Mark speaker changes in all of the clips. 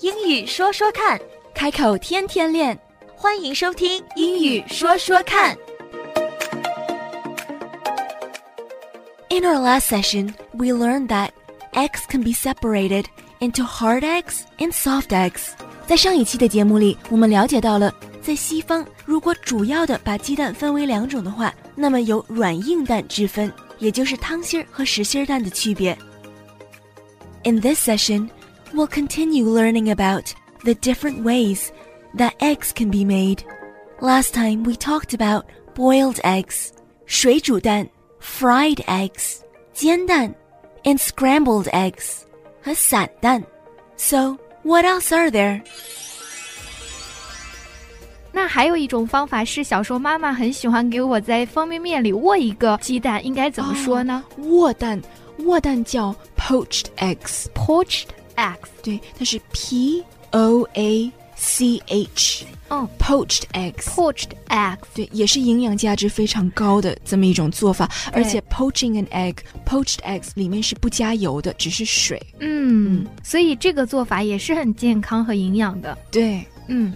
Speaker 1: 英语说说看，
Speaker 2: 开口天天练，
Speaker 1: 欢迎收听《英语说说看》。
Speaker 2: In our last session, we learned that eggs can be separated into hard eggs and soft eggs。在上一期的节目里，我们了解到了，在西方，如果主要的把鸡蛋分为两种的话，那么有软硬蛋之分，也就是汤心儿和实心儿蛋的区别。In this session, we'll continue learning about the different ways that eggs can be made. Last time we talked about boiled eggs, 水煮蛋, fried eggs, 煎蛋, and scrambled eggs, 和散蛋. So, what else are there?
Speaker 3: 那还有一种方法是，小时候妈妈很喜欢给我在方便面里握一个鸡蛋，应该怎么说呢、
Speaker 4: 卧蛋，卧蛋叫 poached eggs，
Speaker 3: p o a c h e d eggs。
Speaker 4: 对，它是 P O A C H，
Speaker 3: 嗯
Speaker 4: ，poached eggs，
Speaker 3: Poached eggs，
Speaker 4: 对，也是营养价值非常高的这么一种做法。而
Speaker 3: 对
Speaker 4: 且 poaching an egg，poached eggs 里面是不加油的，只是水。
Speaker 3: 嗯，所以这个做法也是很健康和营养的，
Speaker 4: 对，
Speaker 3: 嗯。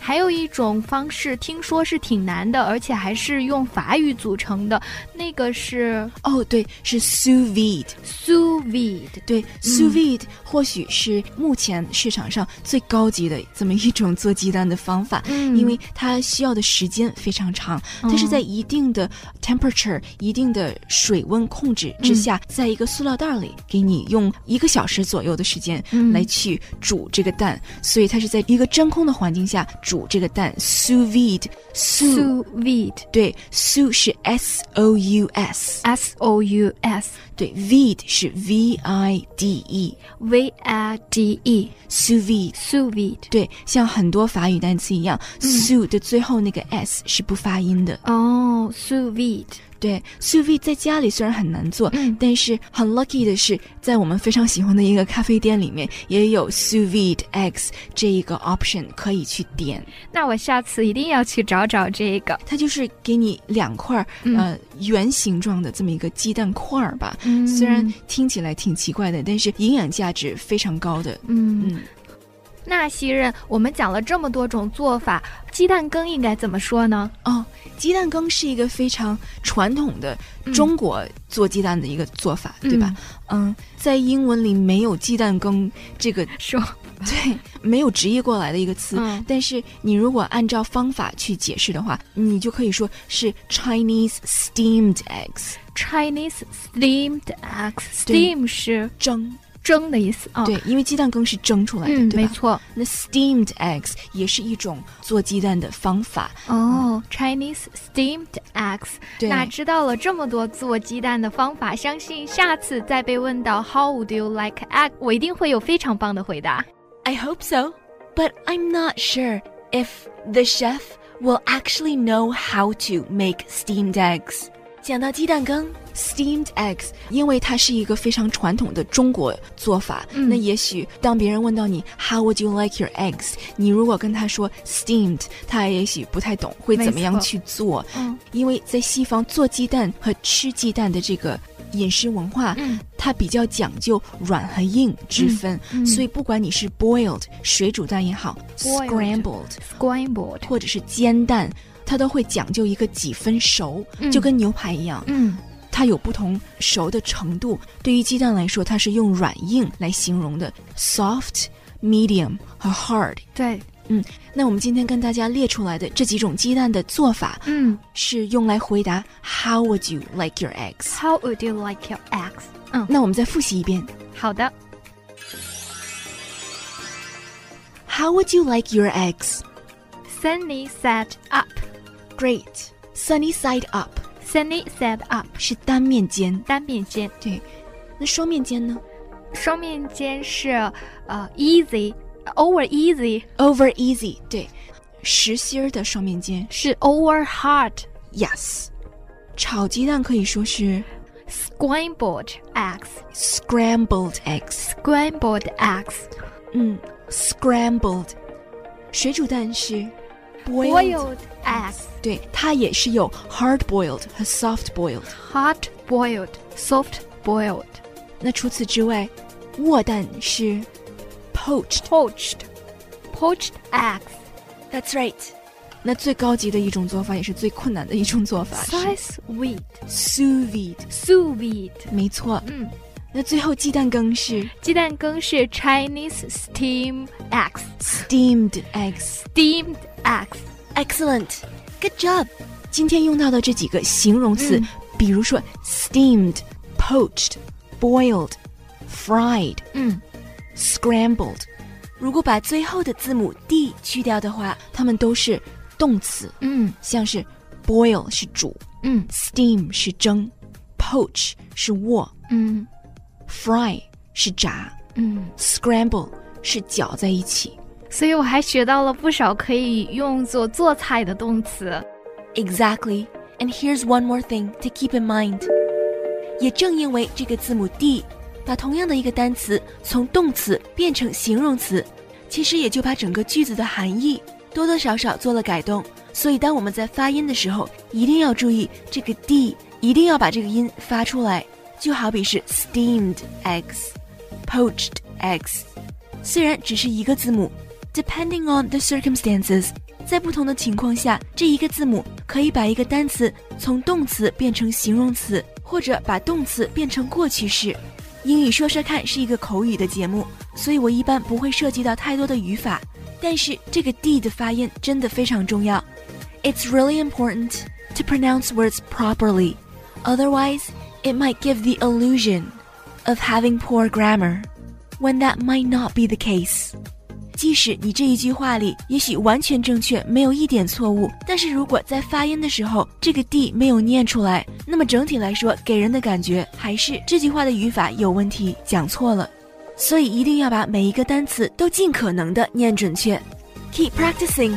Speaker 3: 还有一种方式，听说是挺难的，而且还是用法语组成的，那个是
Speaker 4: 哦，对，是 sous vide。
Speaker 3: sous vide。
Speaker 4: 对，sous vide 或许是目前市场上最高级的这么一种做鸡蛋的方法。
Speaker 3: 嗯
Speaker 4: 因为它需要的时间非常长，
Speaker 3: 嗯
Speaker 4: 它是在一定的 temperature、一定的水温控制之下，在一个塑料袋里给你用一个小时左右的时间
Speaker 3: 嗯
Speaker 4: 来去煮这个蛋，所以它是在一个真空的环境下煮这个蛋。sous vide sous
Speaker 3: sous vide，s
Speaker 4: 对 sous 是 s o u s，
Speaker 3: o u s
Speaker 4: 对 vide 是 v i d e，sous
Speaker 3: v i d e，sous
Speaker 4: vide。
Speaker 3: vide。
Speaker 4: 对，像很多法语单词一样、s o u 的最后那个 s 是不发音的。
Speaker 3: 哦，sous vide。
Speaker 4: 对，sous vide 在家里虽然很难做，
Speaker 3: 嗯
Speaker 4: 但是很 lucky 的是，在我们非常喜欢的一个咖啡店里面，也有 sous vide eggs 这一个 option 可以去点。
Speaker 3: 那我下次一定要去找找这个。
Speaker 4: 它就是给你两块儿、呃圆形状的这么一个鸡蛋块儿吧。
Speaker 3: 嗯
Speaker 4: 虽然听起来挺奇怪的，但是营养价值非常高的。
Speaker 3: 嗯，
Speaker 4: 嗯，
Speaker 3: 那西任，我们讲了这么多种做法，鸡蛋羹应该怎么说呢？
Speaker 4: 哦，鸡蛋羹是一个非常传统的
Speaker 3: 嗯
Speaker 4: 中国做鸡蛋的一个做法，
Speaker 3: 嗯
Speaker 4: 对吧？嗯，在英文里没有鸡蛋羹 这个
Speaker 3: 说，
Speaker 4: 对，没有直译过来的一个词。
Speaker 3: 嗯
Speaker 4: 但是你如果按照方法去解释的话，你就可以说是 Chinese steamed eggs
Speaker 3: ，Chinese steamed eggs。
Speaker 4: 对
Speaker 3: steam 是
Speaker 4: 蒸。
Speaker 3: 蒸的意思啊。，
Speaker 4: 对，因为鸡蛋羹是蒸出来的，
Speaker 3: 嗯，
Speaker 4: 对
Speaker 3: 没
Speaker 4: 吧？
Speaker 3: 错。
Speaker 4: 那 steamed eggs 也是一种做鸡蛋的方法。
Speaker 3: 哦，Chinese steamed eggs。
Speaker 4: 嗯对，
Speaker 3: 那知道了这么多做鸡蛋的方法，相信下次再被问到 How would you like egg，我一定会有非常棒的回答。
Speaker 2: I hope so, but I'm not sure if the chef will actually know how to make steamed eggs. 讲到鸡蛋羹，
Speaker 4: steamed eggs，因为它是一个非常传统的中国做法。
Speaker 3: 嗯
Speaker 4: 那也许当别人问到你 How would you like your eggs？你如果跟他说 steamed，他也许不太懂会怎么
Speaker 3: 没
Speaker 4: 样
Speaker 3: 错
Speaker 4: 去做，
Speaker 3: 嗯
Speaker 4: 因为在西方做鸡蛋和吃鸡蛋的这个饮食文化，
Speaker 3: 嗯
Speaker 4: 它比较讲究软和硬之分，
Speaker 3: 嗯嗯
Speaker 4: 所以不管你是 boiled 水煮蛋也好
Speaker 3: Boiled
Speaker 4: scrambled
Speaker 3: ，scrambled。
Speaker 4: 或者是煎蛋，它都会讲究一个几分熟，
Speaker 3: 嗯
Speaker 4: 就跟牛排一样。
Speaker 3: 嗯。
Speaker 4: 它有不同熟的程度。对于鸡蛋来说，它是用软硬来形容的，soft、medium 和 hard。
Speaker 3: 对，
Speaker 4: 那我们今天跟大家列出来的这几种鸡蛋的做法，
Speaker 3: 嗯
Speaker 4: 是用来回答 How would you like your eggs？
Speaker 3: ，How would you like your eggs？嗯，
Speaker 4: 那我们再复习一遍
Speaker 3: 好的。
Speaker 4: ，How would you like your eggs？
Speaker 3: Sunny side up,
Speaker 4: Great. Sunny side up
Speaker 3: Sunny side up，
Speaker 4: 是单面煎，
Speaker 3: 单面煎，
Speaker 4: 对。那双面煎呢
Speaker 3: 双面煎是呃 easy over easy，
Speaker 4: ？Over easy，对。实心儿的双面煎
Speaker 3: 是 over hard
Speaker 4: ，yes。炒鸡蛋可以说是
Speaker 3: scrambled eggs,
Speaker 4: scrambled eggs。
Speaker 3: scrambled eggs
Speaker 4: 嗯，scrambled。水煮蛋是
Speaker 3: boiled eggs,
Speaker 4: 对，它也是有 hard boiled 和 soft boiled。
Speaker 3: hard boiled, soft boiled,
Speaker 4: 那除此之外，卧蛋是 poached
Speaker 3: poached poached eggs.
Speaker 2: That's right.
Speaker 4: 那最高级的一种做法，也是最困难的一种做法
Speaker 3: Sous vide,
Speaker 4: 是 sous vide。
Speaker 3: sous vide.
Speaker 4: 没错，
Speaker 3: 嗯，
Speaker 4: 那最后鸡蛋羹是
Speaker 3: 鸡蛋羹是 Chinese steamed eggs,
Speaker 4: steamed eggs。
Speaker 3: steamed eggs.
Speaker 2: Excellent. Good job.
Speaker 4: 今天用到的这几个形容词，
Speaker 3: 嗯
Speaker 4: 比如说 steamed、poached、boiled、fried、
Speaker 3: 嗯
Speaker 4: scrambled，
Speaker 2: 如果把最后的字母 d 去掉的话，
Speaker 4: 它们都是动词，
Speaker 3: 嗯
Speaker 4: 像是 boil 是煮
Speaker 3: 嗯
Speaker 4: ，steam 是蒸，poach 是握
Speaker 3: 嗯
Speaker 4: ，fry 是炸
Speaker 3: 嗯，
Speaker 4: ，scramble 是搅在一起。
Speaker 3: 所以我还学到了不少可以用作做菜的动词。
Speaker 2: Exactly. And here's one more thing to keep in mind. 也正因为这个字母 d，把同样的一个单词从动词变成形容词，其实也就把整个句子的含义多多少少做了改动。所以当我们在发音的时候，一定要注意这个 d，一定要把这个音发出来。就好比是 steamed eggs、poached eggs，虽然只是一个字母，depending on the circumstances，在不同的情况下，这一个字母可以把一个单词从动词变成形容词，或者把动词变成过去式。英语说说看是一个口语的节目，所以我一般不会涉及到太多的语法，但是这个 d 的发音真的非常重要。It's really important to pronounce words properly, otherwise, it might give the illusion of having poor grammar when that might not be the case. 即使你这一句话里也许完全正确，没有一点错误，但是如果在发音的时候这个 d 没有念出来，那么整体来说给人的感觉还是这句话的语法有问题，讲错了。所以一定要把每一个单词都尽可能的念准确。Keep practicing，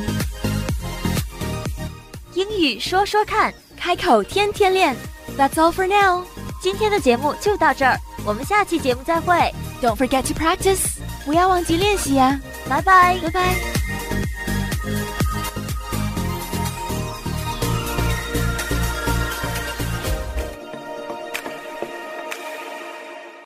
Speaker 1: 英语说说看
Speaker 2: 开口天天练。That's all for now.
Speaker 1: 今天的节目就到这儿，我们下期节目再会，啊
Speaker 2: Don't forget to practice，不要忘记练习呀、
Speaker 1: 拜拜。
Speaker 2: 拜拜。